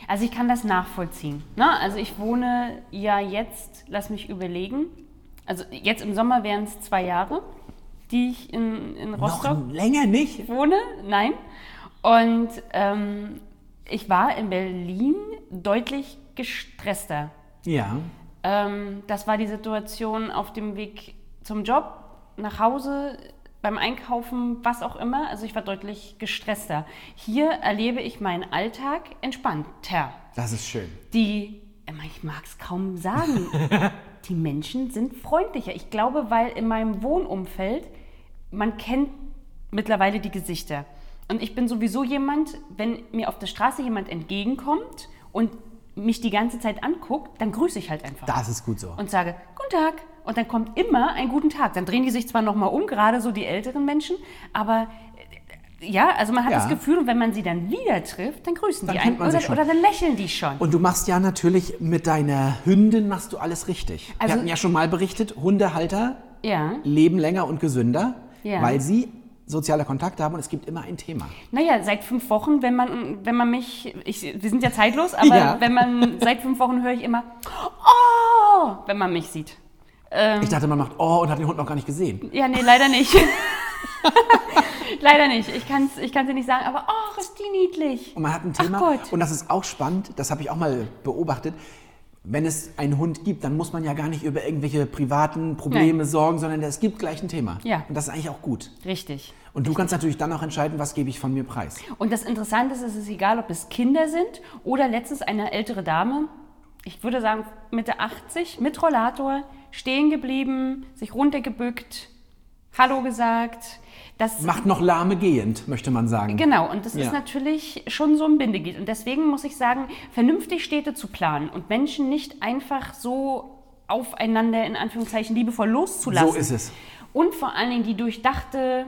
Also ich kann das nachvollziehen. Ne? Also ich wohne ja jetzt, lass mich überlegen, also jetzt im Sommer wären es zwei Jahre, die ich in, in Rostock Noch länger nicht. wohne. Nein. Und ähm, ich war in Berlin deutlich gestresster. Ja. Ähm, das war die Situation auf dem Weg zum Job, nach Hause, beim Einkaufen, was auch immer. Also ich war deutlich gestresster. Hier erlebe ich meinen Alltag entspannter Das ist schön. die, äh, ich mag es kaum sagen, die Menschen sind freundlicher. Ich glaube, weil in meinem Wohnumfeld, man kennt mittlerweile die Gesichter. Und ich bin sowieso jemand, wenn mir auf der Straße jemand entgegenkommt und mich die ganze Zeit anguckt, dann grüße ich halt einfach Das ist gut so. und sage Guten Tag. Und dann kommt immer ein Guten Tag. Dann drehen die sich zwar nochmal um, gerade so die älteren Menschen, aber äh, ja, also man hat Ja. das Gefühl, und wenn man sie dann wieder trifft, dann grüßen Dann die kennt einen. man Oder, sich schon. oder dann lächeln die schon. Und du machst ja natürlich mit deiner Hündin machst du alles richtig. Also- Wir hatten ja schon mal berichtet, Hundehalter ja. leben länger und gesünder, Ja. weil sie soziale Kontakte haben und es gibt immer ein Thema. Naja, seit fünf Wochen, wenn man, wenn man mich, ich, wir sind ja zeitlos, aber Ja. wenn man, seit fünf Wochen höre ich immer, oh, wenn man mich sieht. Ähm. Ich dachte, man macht oh und hat den Hund noch gar nicht gesehen. Ja, nee, leider nicht. leider nicht. Ich kann es ich kann's dir nicht sagen, aber oh, ist die niedlich. Und man hat ein Ach Thema Gott. und das ist auch spannend, das habe ich auch mal beobachtet. Wenn es einen Hund gibt, dann muss man ja gar nicht über irgendwelche privaten Probleme Nein. sorgen, sondern es gibt gleich ein Thema. Ja. Und das ist eigentlich auch gut. Richtig. Und du kannst natürlich dann auch entscheiden, was gebe ich von mir preis. Und das Interessante ist, es ist egal, ob es Kinder sind oder letztens eine ältere Dame, ich würde sagen Mitte 80, mit Rollator, stehen geblieben, sich runtergebückt, Hallo gesagt. Das Macht noch lahme gehend, möchte man sagen. Genau, und das Ja. ist natürlich schon so ein Bindeglied. Und deswegen muss ich sagen, vernünftig Städte zu planen und Menschen nicht einfach so aufeinander in Anführungszeichen liebevoll loszulassen. So ist es. Und vor allen Dingen die durchdachte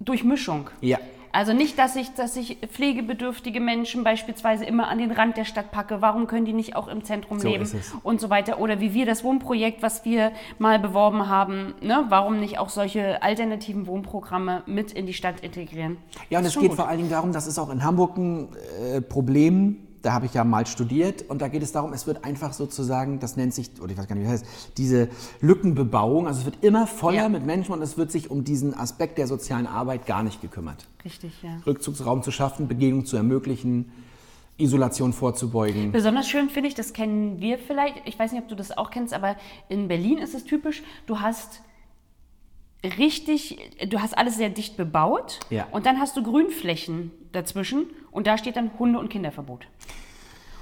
Durchmischung. Ja. Also nicht, dass ich, dass ich pflegebedürftige Menschen beispielsweise immer an den Rand der Stadt packe. Warum können die nicht auch im Zentrum So leben ist es. und so weiter? Oder wie wir das Wohnprojekt, was wir mal beworben haben, ne? warum nicht auch solche alternativen Wohnprogramme mit in die Stadt integrieren? Ja, und Ist es schon geht gut. vor allen Dingen darum, das ist auch in Hamburg ein äh, Problem. Da habe ich ja mal studiert und da geht es darum, es wird einfach sozusagen, das nennt sich, oder ich weiß gar nicht, wie das heißt, diese Lückenbebauung. Also es wird immer voller Ja. mit Menschen und es wird sich um diesen Aspekt der sozialen Arbeit gar nicht gekümmert. Richtig, ja. Rückzugsraum zu schaffen, Begegnung zu ermöglichen, Isolation vorzubeugen. Besonders schön finde ich, das kennen wir vielleicht, ich weiß nicht, ob du das auch kennst, aber in Berlin ist es typisch, du hast richtig, du hast alles sehr dicht bebaut Ja. und dann hast du Grünflächen dazwischen und da steht dann Hunde- und Kinderverbot.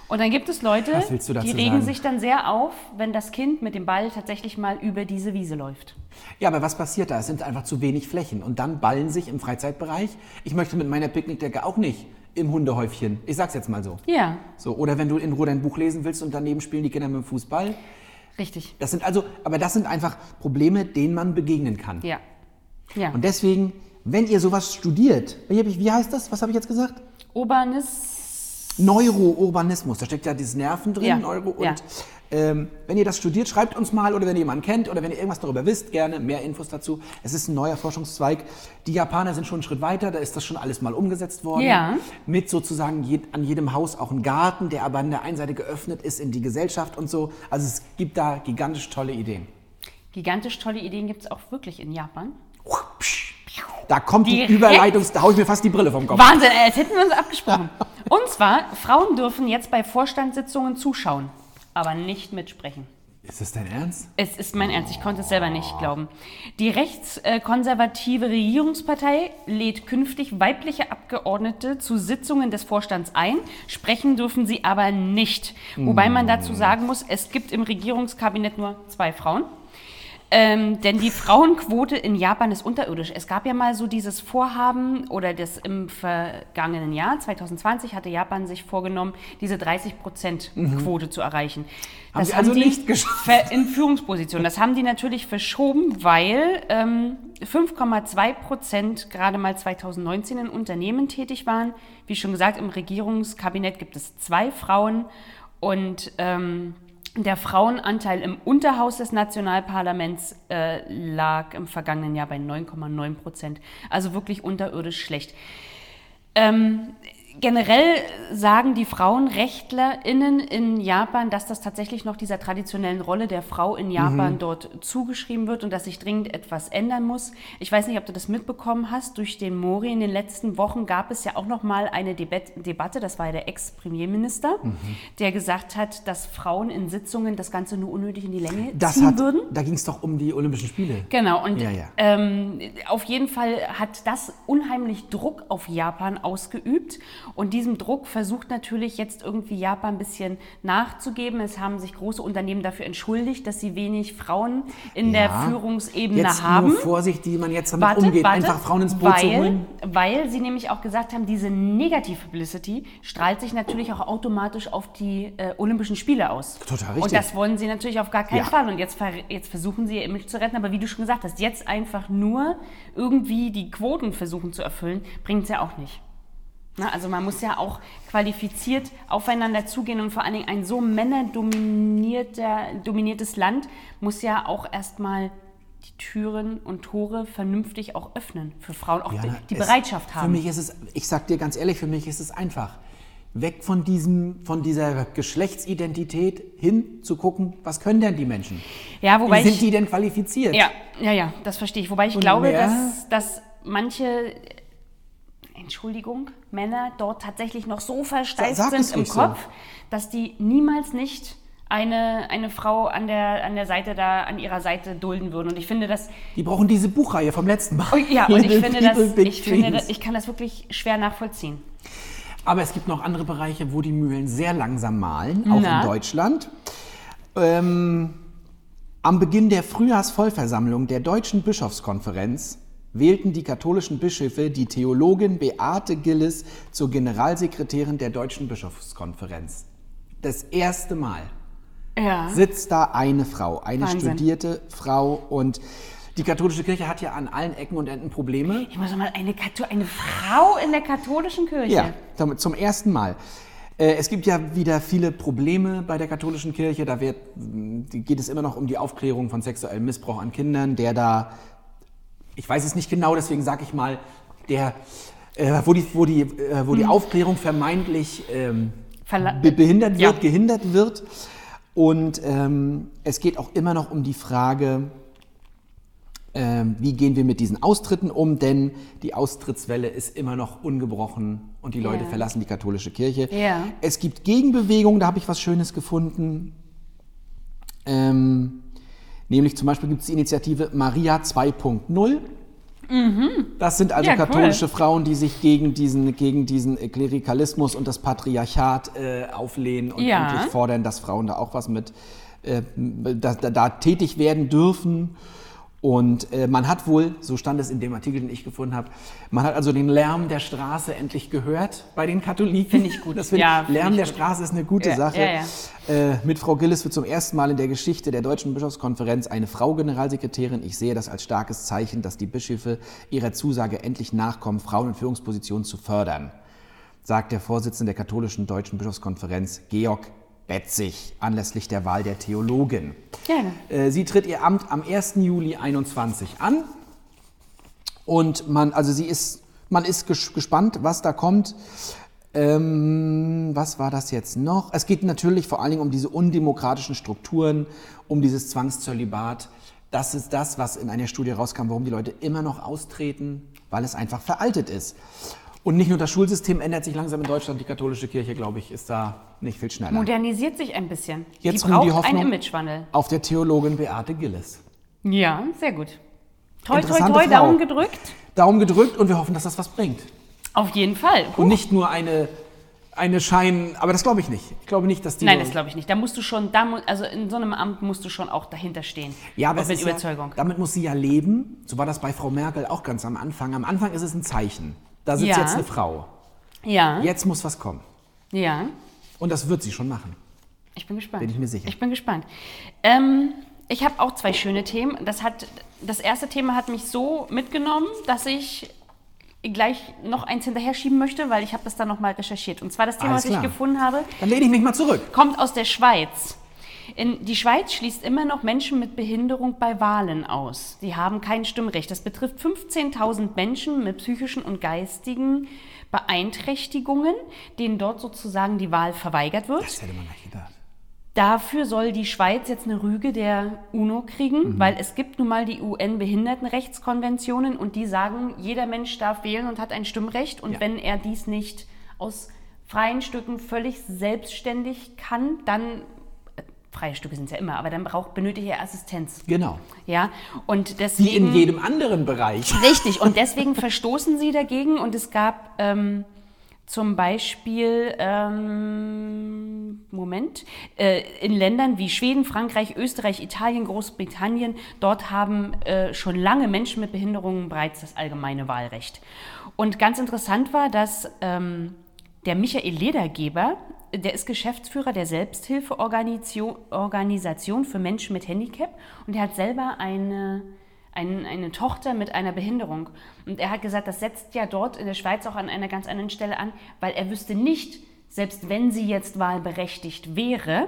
Und dann gibt es Leute, Was willst du dazu die regen sagen? sich dann sehr auf, wenn das Kind mit dem Ball tatsächlich mal über diese Wiese läuft. Ja, aber was passiert da? Es sind einfach zu wenig Flächen. Und dann ballen sich im Freizeitbereich. Ich möchte mit meiner Picknickdecke auch nicht im Hundehäufchen. Ich sag's jetzt mal so. Ja, So, oder wenn du in Ruhe dein Buch lesen willst und daneben spielen die Kinder mit dem Fußball. richtig. Das sind also, aber das sind einfach Probleme, denen man begegnen kann. Ja. Ja. Und deswegen, wenn ihr sowas studiert, wie, hab ich, wie heißt das? Was habe ich jetzt gesagt? Urbanis. Neurourbanismus. Da steckt ja dieses Nerven drin, Ja, Neuro. Und ja. ähm, wenn ihr das studiert, schreibt uns mal oder wenn ihr jemanden kennt oder wenn ihr irgendwas darüber wisst, gerne mehr Infos dazu. Es ist ein neuer Forschungszweig. Die Japaner sind schon einen Schritt weiter, da ist das schon alles mal umgesetzt worden. Ja. Mit sozusagen je, an jedem Haus auch einen Garten, der aber an der einen Seite geöffnet ist in die Gesellschaft und so. Also es gibt da gigantisch tolle Ideen. Gigantisch tolle Ideen gibt es auch wirklich in Japan. Da kommt Direkt. die Überleitung, da hau ich mir fast die Brille vom Kopf. Wahnsinn, ey, als hätten wir uns abgesprochen. Und zwar, Frauen dürfen jetzt bei Vorstandssitzungen zuschauen, aber nicht mitsprechen. Ist das dein Ernst? Es ist mein Ernst, ich konnte es selber nicht glauben. Die rechtskonservative Regierungspartei lädt künftig weibliche Abgeordnete zu Sitzungen des Vorstands ein. Sprechen dürfen sie aber nicht. Wobei man dazu Mm. sagen muss, es gibt im Regierungskabinett nur zwei Frauen. Ähm, denn die Frauenquote in Japan ist unterirdisch. Es gab ja mal so dieses Vorhaben oder das im vergangenen Jahr, 2020, hatte Japan sich vorgenommen, diese 30-Prozent-Quote zu erreichen. Mhm. Haben sie also nicht geschafft. ver- In Führungsposition. Das haben die natürlich verschoben, weil ähm, 5,2 Prozent gerade mal 2019 in Unternehmen tätig waren. Wie schon gesagt, im Regierungskabinett gibt es zwei Frauen und ähm, der Frauenanteil im Unterhaus des Nationalparlaments äh, lag im vergangenen Jahr bei 9,9 Prozent. Also wirklich unterirdisch schlecht. Ähm, generell sagen die FrauenrechtlerInnen in Japan, dass das tatsächlich noch dieser traditionellen Rolle der Frau in Japan Mhm. dort zugeschrieben wird und dass sich dringend etwas ändern muss. Ich weiß nicht, ob du das mitbekommen hast. Durch den Mori in den letzten Wochen gab es ja auch noch mal eine Debet- Debatte, das war ja der Ex-Premierminister, Mhm. der gesagt hat, dass Frauen in Sitzungen das Ganze nur unnötig in die Länge Das ziehen hat, würden. da ging es doch um die Olympischen Spiele. Genau, und Ja, ja. Ähm, auf jeden Fall hat das unheimlich Druck auf Japan ausgeübt. Und diesem Druck versucht natürlich jetzt irgendwie Japan ein bisschen nachzugeben. Es haben sich große Unternehmen dafür entschuldigt, dass sie wenig Frauen in Ja. der Führungsebene Jetzt haben. nur Vorsicht, wie man jetzt damit umgeht. Einfach Frauen ins Boot weil, zu holen. Weil sie nämlich auch gesagt haben, diese negative Publicity strahlt sich natürlich auch automatisch auf die äh, Olympischen Spiele aus. Total Und richtig. das wollen sie natürlich auf gar keinen Ja. Fall. Und jetzt, ver jetzt versuchen sie ihr Image zu retten. Aber wie du schon gesagt hast, jetzt einfach nur irgendwie die Quoten versuchen zu erfüllen, bringt es ja auch nicht. Na, also man muss ja auch qualifiziert aufeinander zugehen und vor allen Dingen ein so männerdominierter- dominiertes Land muss ja auch erstmal die Türen und Tore vernünftig auch öffnen für Frauen, auch Jana, die, die es- Bereitschaft haben. Für mich ist es, ich sag dir ganz ehrlich, für mich ist es einfach. Weg von, diesem, von dieser Geschlechtsidentität hin zu gucken, was können denn die Menschen? ja, wobei Wie sind ich, die denn qualifiziert? Ja, ja, ja, das verstehe ich. Wobei ich glaube, mehr? dass, dass manche, Entschuldigung, Männer dort tatsächlich noch so versteift Sa- sag es sind im ruhig so. Kopf, dass die niemals nicht eine, eine Frau an der, an der Seite da, an ihrer Seite dulden würden. Und ich finde das, Die brauchen diese Buchreihe vom letzten Mal. oh, ja, und ich Little finde das, People, Big ich finde Dreams. das, ich kann das wirklich schwer nachvollziehen. Aber es gibt noch andere Bereiche, wo die Mühlen sehr langsam mahlen, auch Na? in Deutschland. Ähm, am Beginn der Frühjahrsvollversammlung der Deutschen Bischofskonferenz wählten die katholischen Bischöfe die Theologin Beate Gillis zur Generalsekretärin der Deutschen Bischofskonferenz. Das erste Mal Ja. sitzt da eine Frau, eine Wahnsinn. studierte Frau und die katholische Kirche hat ja an allen Ecken und Enden Probleme. Ich muss noch mal eine, Katho eine Frau in der katholischen Kirche. Ja, damit zum ersten Mal. Äh, Es gibt ja wieder viele Probleme bei der katholischen Kirche. Da wird, mh, die- geht es immer noch um die Aufklärung von sexuellem Missbrauch an Kindern, der da, ich weiß es nicht genau, deswegen sage ich mal, der, äh, wo die, wo die, äh, wo die Aufklärung vermeintlich ähm, Verla be behindert Ja. wird, gehindert wird. Und ähm, es geht auch immer noch um die Frage, ähm, wie gehen wir mit diesen Austritten um, denn die Austrittswelle ist immer noch ungebrochen und die Leute Ja. verlassen die katholische Kirche. Ja. Es gibt Gegenbewegungen, da habe ich was Schönes gefunden. Ähm, nämlich zum Beispiel gibt es die Initiative Maria 2.0. Das sind also Mhm. Ja, cool. katholische Frauen, die sich gegen diesen, gegen diesen Klerikalismus und das Patriarchat äh, auflehnen und Ja. endlich fordern, dass Frauen da auch was mit, äh, da, da, da tätig werden dürfen. Und äh, man hat wohl, so stand es in dem Artikel, den ich gefunden habe, man hat also den Lärm der Straße endlich gehört bei den Katholiken. Finde ich gut. Das find, Ja, ja, finde Lärm ich der gut. Straße ist eine gute Ja, Sache. ja, ja. Äh, mit Frau Gillis wird zum ersten Mal in der Geschichte der Deutschen Bischofskonferenz eine Frau Generalsekretärin. Ich sehe das als starkes Zeichen, dass die Bischöfe ihrer Zusage endlich nachkommen, Frauen in Führungspositionen zu fördern, sagt der Vorsitzende der katholischen Deutschen Bischofskonferenz, Georg Betzig, anlässlich der Wahl der Theologin. Gerne. Äh, Sie tritt ihr Amt am 1. Juli 21 an. Und man, also sie ist, man ist ges gespannt, was da kommt. Ähm, was war das jetzt noch? Es geht natürlich vor allen Dingen um diese undemokratischen Strukturen, um dieses Zwangszölibat. Das ist das, was in einer Studie rauskam, warum die Leute immer noch austreten, weil es einfach veraltet ist. Und nicht nur das Schulsystem ändert sich langsam in Deutschland, die katholische Kirche, glaube ich, ist da nicht viel schneller. Modernisiert sich ein bisschen. Jetzt die ruht braucht die Hoffnung- einen Imagewandel. Auf der Theologin Beate Gillis. Ja, sehr gut. Toi, toi, Interessante toi, Frau. Daumen gedrückt. Daumen gedrückt und wir hoffen, dass das was bringt. Auf jeden Fall. Und nicht nur eine, eine Schein. Aber das glaube ich nicht. Ich glaube nicht, dass die. Nein, so- das glaube ich nicht. Da musst du schon, da, mu- also in so einem Amt musst du schon auch dahinter stehen. ja, aber Und es mit ist Überzeugung. Ja, damit muss sie ja leben. So war das bei Frau Merkel auch ganz am Anfang. Am Anfang ist es ein Zeichen. Da sitzt Ja. jetzt eine Frau. Ja, ja, Jetzt muss was kommen. Und das wird sie schon machen. Ich bin gespannt. Bin ich mir sicher. Ich bin gespannt. Ähm, ich habe auch zwei schöne Themen. Das, hat, das erste Thema hat mich so mitgenommen, dass ich gleich noch eins hinterher schieben möchte, weil ich habe das dann nochmal recherchiert. Und zwar das Thema, Alles was ich klar. gefunden habe, Dann lehne ich mich mal zurück. kommt aus der Schweiz. In, die Schweiz schließt immer noch Menschen mit Behinderung bei Wahlen aus. Die haben kein Stimmrecht. Das betrifft 15.000 Menschen mit psychischen und geistigen Beeinträchtigungen, denen dort sozusagen die Wahl verweigert wird. Das hätte man nicht gedacht. Dafür soll die Schweiz jetzt eine Rüge der UNO kriegen, Mhm. weil es gibt nun mal die UN-Behindertenrechtskonventionen und die sagen, jeder Mensch darf wählen und hat ein Stimmrecht und Ja. wenn er dies nicht aus freien Stücken völlig selbstständig kann, dann äh, freie Stücke sind es ja immer, aber dann braucht benötigt er Assistenz, Genau. ja und deswegen Wie in jedem anderen Bereich. Richtig, und deswegen verstoßen sie dagegen und es gab ähm, zum Beispiel, ähm, Moment, äh, in Ländern wie Schweden, Frankreich, Österreich, Italien, Großbritannien, dort haben äh, schon lange Menschen mit Behinderungen bereits das allgemeine Wahlrecht. Und ganz interessant war, dass ähm, der Michael Ledergeber, der ist Geschäftsführer der Selbsthilfeorganisation Organisation für Menschen mit Handicap und er hat selber eine, ein, eine Tochter mit einer Behinderung. Und er hat gesagt, das setzt ja dort in der Schweiz auch an einer ganz anderen Stelle an, weil er wüsste nicht, selbst wenn sie jetzt wahlberechtigt wäre,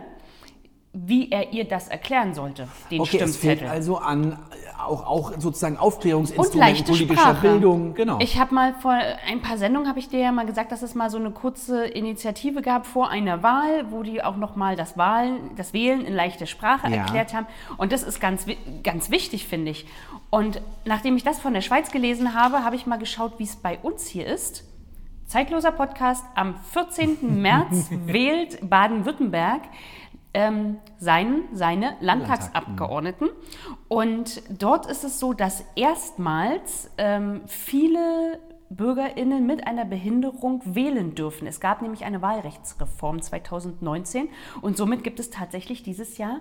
wie er ihr das erklären sollte, den Okay, es fehlt Stimmzettel. also an äh, auch, auch sozusagen Aufklärungsinstrumenten und leichte politischer Sprache. Bildung. Genau. Ich habe mal vor ein paar Sendungen habe ich dir ja mal gesagt, dass es mal so eine kurze Initiative gab vor einer Wahl, wo die auch noch mal das Wahlen, das Wählen in leichter Sprache Ja. erklärt haben. Und das ist ganz wi- ganz wichtig, finde ich. Und nachdem ich das von der Schweiz gelesen habe, habe ich mal geschaut, wie es bei uns hier ist. Zeitloser Podcast am 14. März wählt Baden-Württemberg ähm, seinen, seine Landtagsabgeordneten. Und dort ist es so, dass erstmals ähm, viele BürgerInnen mit einer Behinderung wählen dürfen. Es gab nämlich eine Wahlrechtsreform 2019 und somit gibt es tatsächlich dieses Jahr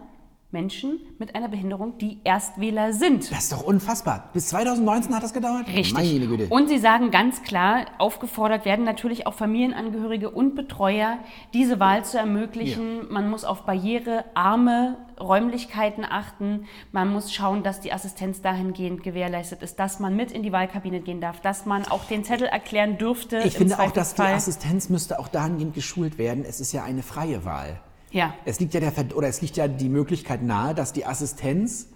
Menschen mit einer Behinderung, die Erstwähler sind. das ist doch unfassbar. Bis 2019 hat das gedauert? Richtig. Meine Güte. Und sie sagen ganz klar, aufgefordert werden natürlich auch Familienangehörige und Betreuer, diese Wahl zu ermöglichen. Man muss auf barrierearme Räumlichkeiten achten. Man muss schauen, dass die Assistenz dahingehend gewährleistet ist, dass man mit in die Wahlkabine gehen darf, dass man auch den Zettel erklären dürfte. Ich Äh, im finde auch, dass die Zweifelsfall. Assistenz müsste auch dahingehend geschult werden. Es ist ja eine freie Wahl. Ja. Es liegt ja der Verd- oder es liegt ja die Möglichkeit nahe, dass die Assistenz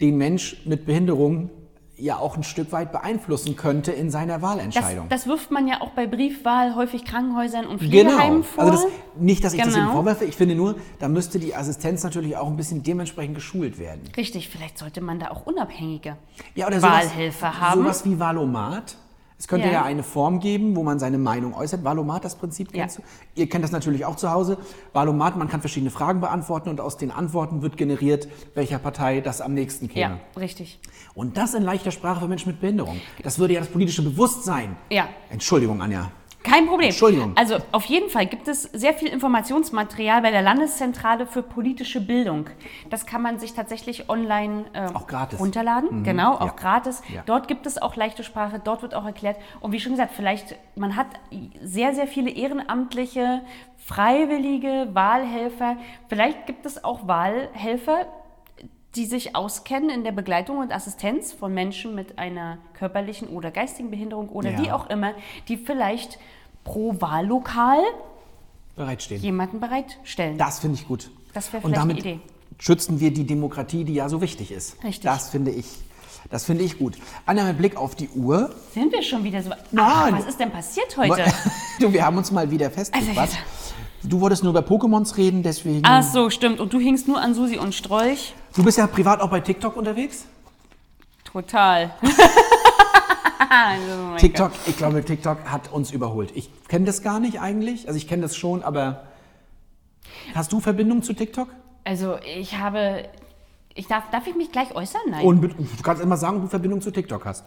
den Mensch mit Behinderung ja auch ein Stück weit beeinflussen könnte in seiner Das, Wahlentscheidung. das wirft man ja auch bei Briefwahl häufig Krankenhäusern und Pflegeheimen vor. Also das, nicht, dass ich das Ihnen Genau. vorwerfe. Ich finde nur, da müsste die Assistenz natürlich auch ein bisschen dementsprechend geschult werden. Richtig, vielleicht sollte man da auch Unabhängige Ja, oder Wahlhilfe haben. Sowas wie Valomat. Es Es könnte Ja. ja. eine Form geben, wo man seine Meinung äußert. Valomat, das Prinzip kennst Ja. du? Ihr kennt das natürlich auch zu Hause. Valomat, man kann verschiedene Fragen beantworten und aus den Antworten wird generiert, welcher Partei das am nächsten Ja, käme. richtig. Und das in leichter Sprache für Menschen mit Behinderung. Das würde ja das politische Bewusstsein. Ja. Entschuldigung, Anja. Kein Problem. Entschuldigung. Also auf jeden Fall gibt es sehr viel Informationsmaterial bei der Landeszentrale für politische Bildung. Das kann man sich tatsächlich online äh, Auch gratis. Mhm. runterladen. Genau, auch Ja. gratis. Ja. Dort gibt es auch leichte Sprache, dort wird auch erklärt. Und wie schon gesagt, vielleicht, man hat sehr, sehr viele ehrenamtliche, freiwillige Wahlhelfer. Vielleicht gibt es auch Wahlhelfer, die sich auskennen in der Begleitung und Assistenz von Menschen mit einer körperlichen oder geistigen Behinderung oder Ja. wie auch immer, die vielleicht pro Wahllokal Bereitstehen. jemanden bereitstellen. Das finde ich gut. Das wäre Und vielleicht eine damit Idee. schützen wir die Demokratie, die ja so wichtig ist. Richtig. Das finde ich, das finde ich gut. Anja, mit Blick auf die Uhr. Sind wir schon wieder so? Nein. Ach, was ist denn passiert heute? Du, wir haben uns mal wieder Also, festgefasst. Du wolltest nur über Pokémons reden, deswegen. Ach so, stimmt. Und du hingst nur an Susi und Strolch. Du bist ja privat auch bei TikTok unterwegs. Total. Also, TikTok, ich glaube, TikTok hat uns überholt. Ich kenne das gar nicht eigentlich. Also ich kenne das schon, aber hast du Verbindung zu TikTok? Also ich habe, ich darf, darf ich mich gleich äußern? Nein. Und mit- du kannst immer sagen, ob du Verbindung zu TikTok hast.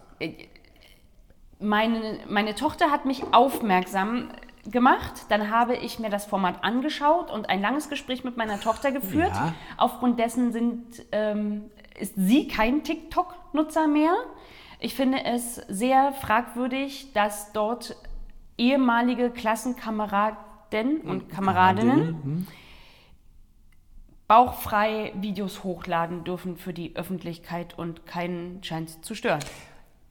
meine, meine Tochter hat mich aufmerksam gemacht. Dann habe ich mir das Format angeschaut und ein langes Gespräch mit meiner Tochter geführt. Ja. Aufgrund dessen sind, ähm, ist sie kein TikTok-Nutzer mehr. Ich finde es sehr fragwürdig, dass dort ehemalige Klassenkameraden Mhm. und Kameradinnen bauchfrei Videos hochladen dürfen für die Öffentlichkeit und keinen scheint zu stören.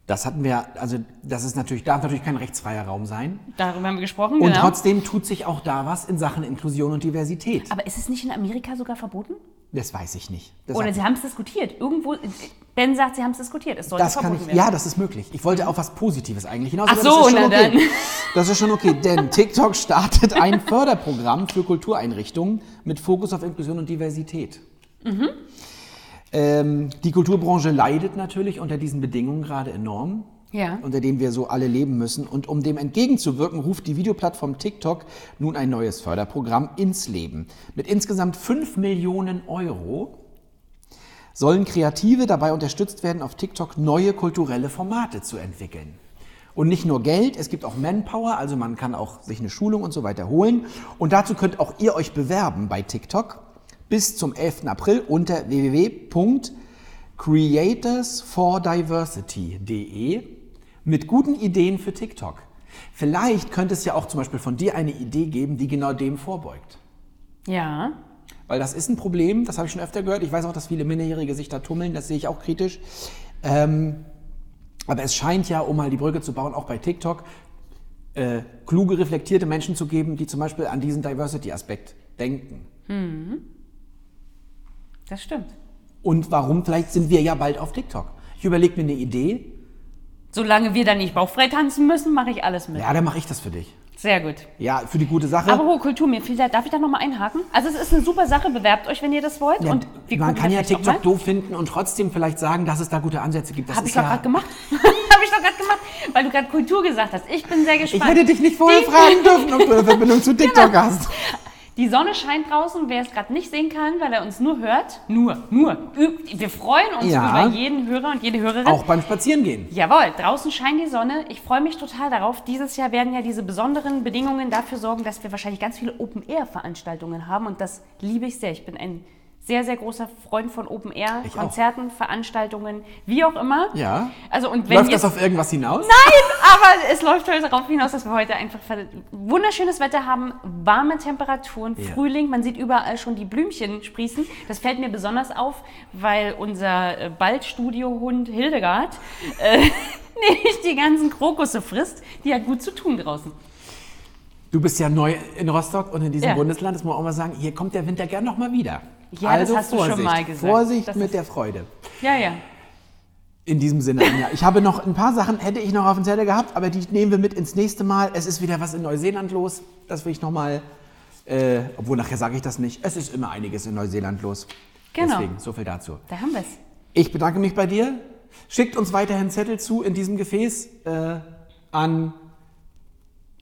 Das hatten wir, also das ist natürlich, darf natürlich kein rechtsfreier Raum sein. Darüber haben wir gesprochen. Und genau. trotzdem tut sich auch da was in Sachen Inklusion und Diversität. Aber ist es nicht in Amerika sogar verboten? Das weiß ich nicht. Das, Oder sie haben es diskutiert. Irgendwo, Ben sagt, sie haben es diskutiert. Es sollte das kann verboten ich. werden. Mhm. Ja, das ist möglich. Ich wollte auf was Positives eigentlich hinaus. Ach aber so, das ist schon na okay. Das ist schon okay, denn TikTok startet ein Förderprogramm für Kultureinrichtungen mit Fokus auf Inklusion und Diversität. Mhm. Ähm, die Kulturbranche leidet natürlich unter diesen Bedingungen gerade enorm. Ja. unter denen wir so alle leben müssen. Und um dem entgegenzuwirken, ruft die Videoplattform TikTok nun ein neues Förderprogramm ins Leben. Mit insgesamt 5 Millionen Euro sollen Kreative dabei unterstützt werden, auf TikTok neue kulturelle Formate zu entwickeln. Und nicht nur Geld, es gibt auch Manpower, also man kann auch sich eine Schulung und so weiter holen. Und dazu könnt auch ihr euch bewerben bei TikTok bis zum 11. April unter www.creatorsfordiversity.de mit guten Ideen für TikTok. Vielleicht könnte es ja auch zum Beispiel von dir eine Idee geben, die genau dem vorbeugt. Ja. Weil das ist ein Problem, das habe ich schon öfter gehört. Ich weiß auch, dass viele Minderjährige sich da tummeln, das sehe ich auch kritisch. Ähm, aber es scheint ja, um mal die Brücke zu bauen, auch bei TikTok, äh, kluge, reflektierte Menschen zu geben, die zum Beispiel an diesen Diversity-Aspekt denken. das stimmt. Und warum, vielleicht sind wir ja bald auf TikTok. Ich überlege mir eine Idee, Solange wir dann nicht bauchfrei tanzen müssen, mache ich alles mit. ja, dann mache ich das für dich. Sehr gut. Ja, für die gute Sache. Aber hohe Kultur, mir fehlt da, darf ich da nochmal einhaken? Also es ist eine super Sache, bewerbt euch, wenn ihr das wollt. ja, und wir man gucken kann ja vielleicht auch TikTok mal. doof finden und trotzdem vielleicht sagen, dass es da gute Ansätze gibt. Das Habe ist ich doch ja- gerade gemacht. Habe ich doch gerade gemacht, weil du gerade Kultur gesagt hast. Ich bin sehr Ich gespannt. hätte dich nicht vorher Die- fragen dürfen, ob du eine Verbindung zu TikTok Genau. hast. Die Sonne scheint draußen, wer es gerade nicht sehen kann, weil er uns nur hört. Nur, nur. Ü- Wir freuen uns Ja. über jeden Hörer und jede Hörerin. Auch beim Spazierengehen. Jawohl, draußen scheint die Sonne. Ich freue mich total darauf. Dieses Jahr werden ja diese besonderen Bedingungen dafür sorgen, dass wir wahrscheinlich ganz viele Open-Air-Veranstaltungen haben. Und das liebe ich sehr. Ich bin ein sehr, sehr großer Freund von Ich auch. Open-Air-Konzerten, Veranstaltungen, wie auch immer. Ja. Also, und wenn Läuft jetzt das auf irgendwas hinaus? Nein, aber es läuft heute darauf hinaus, dass wir heute einfach ver- wunderschönes Wetter haben, warme Temperaturen, Ja. Frühling. Man sieht überall schon die Blümchen sprießen. Das fällt mir besonders auf, weil unser äh, Waldstudiohund Hildegard äh, nicht die ganzen Krokusse frisst. Die hat gut zu tun draußen. Du bist ja neu in Rostock und in diesem Ja. Bundesland, das muss man auch mal sagen, hier kommt der Winter gern nochmal wieder. Also Ja, das hast du schon mal gesagt. Vorsicht Das mit ist- der Freude. Ja, ja. In diesem Sinne, Anja. Ich habe noch ein paar Sachen, hätte ich noch auf dem Zettel gehabt, aber die nehmen wir mit ins nächste Mal. Es ist wieder was in Neuseeland los. Das will ich nochmal, äh, obwohl nachher sage ich das nicht. Es ist immer einiges in Neuseeland los. Genau. Deswegen, so viel dazu. Da haben wir es. Ich bedanke mich bei dir. Schickt uns weiterhin Zettel zu in diesem Gefäß. Äh, an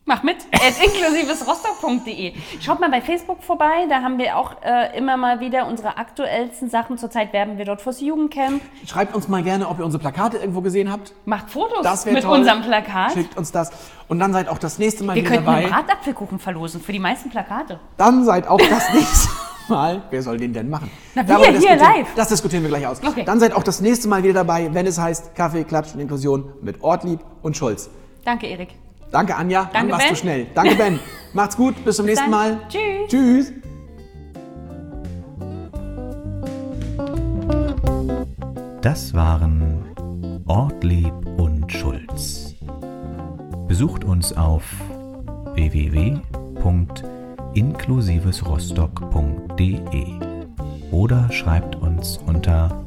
Mach mit, at inklusivesrostock.de. Schaut mal bei Facebook vorbei, da haben wir auch äh, immer mal wieder unsere aktuellsten Sachen. Zurzeit werben wir dort fürs Jugendcamp. Schreibt uns mal gerne, ob ihr unsere Plakate irgendwo gesehen habt. Macht Fotos Das wäre mit toll. unserem Plakat. Schickt uns das. Und dann seid auch das nächste Mal Wir wieder könnten einen dabei. Bratapfelkuchen verlosen für die meisten Plakate. Dann seid auch das nächste Mal. Wer soll den denn machen? Na, wir Darüber hier diskutieren- live. Das diskutieren wir gleich aus. Okay. Dann seid auch das nächste Mal wieder dabei, wenn es heißt Kaffee, Klatsch und Inklusion mit Ortlieb und Schulz. Danke, Erik. Danke, Anja. dann Danke, warst du Ben. schnell. Danke, Ben. Macht's gut. Bis zum nächsten dann. Mal. Tschüss. Tschüss. Das waren Ortlieb und Schulz. Besucht uns auf www.inklusivesrostock.de E oder schreibt uns unter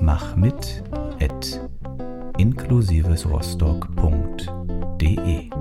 machmit@inklusivesrostock.de.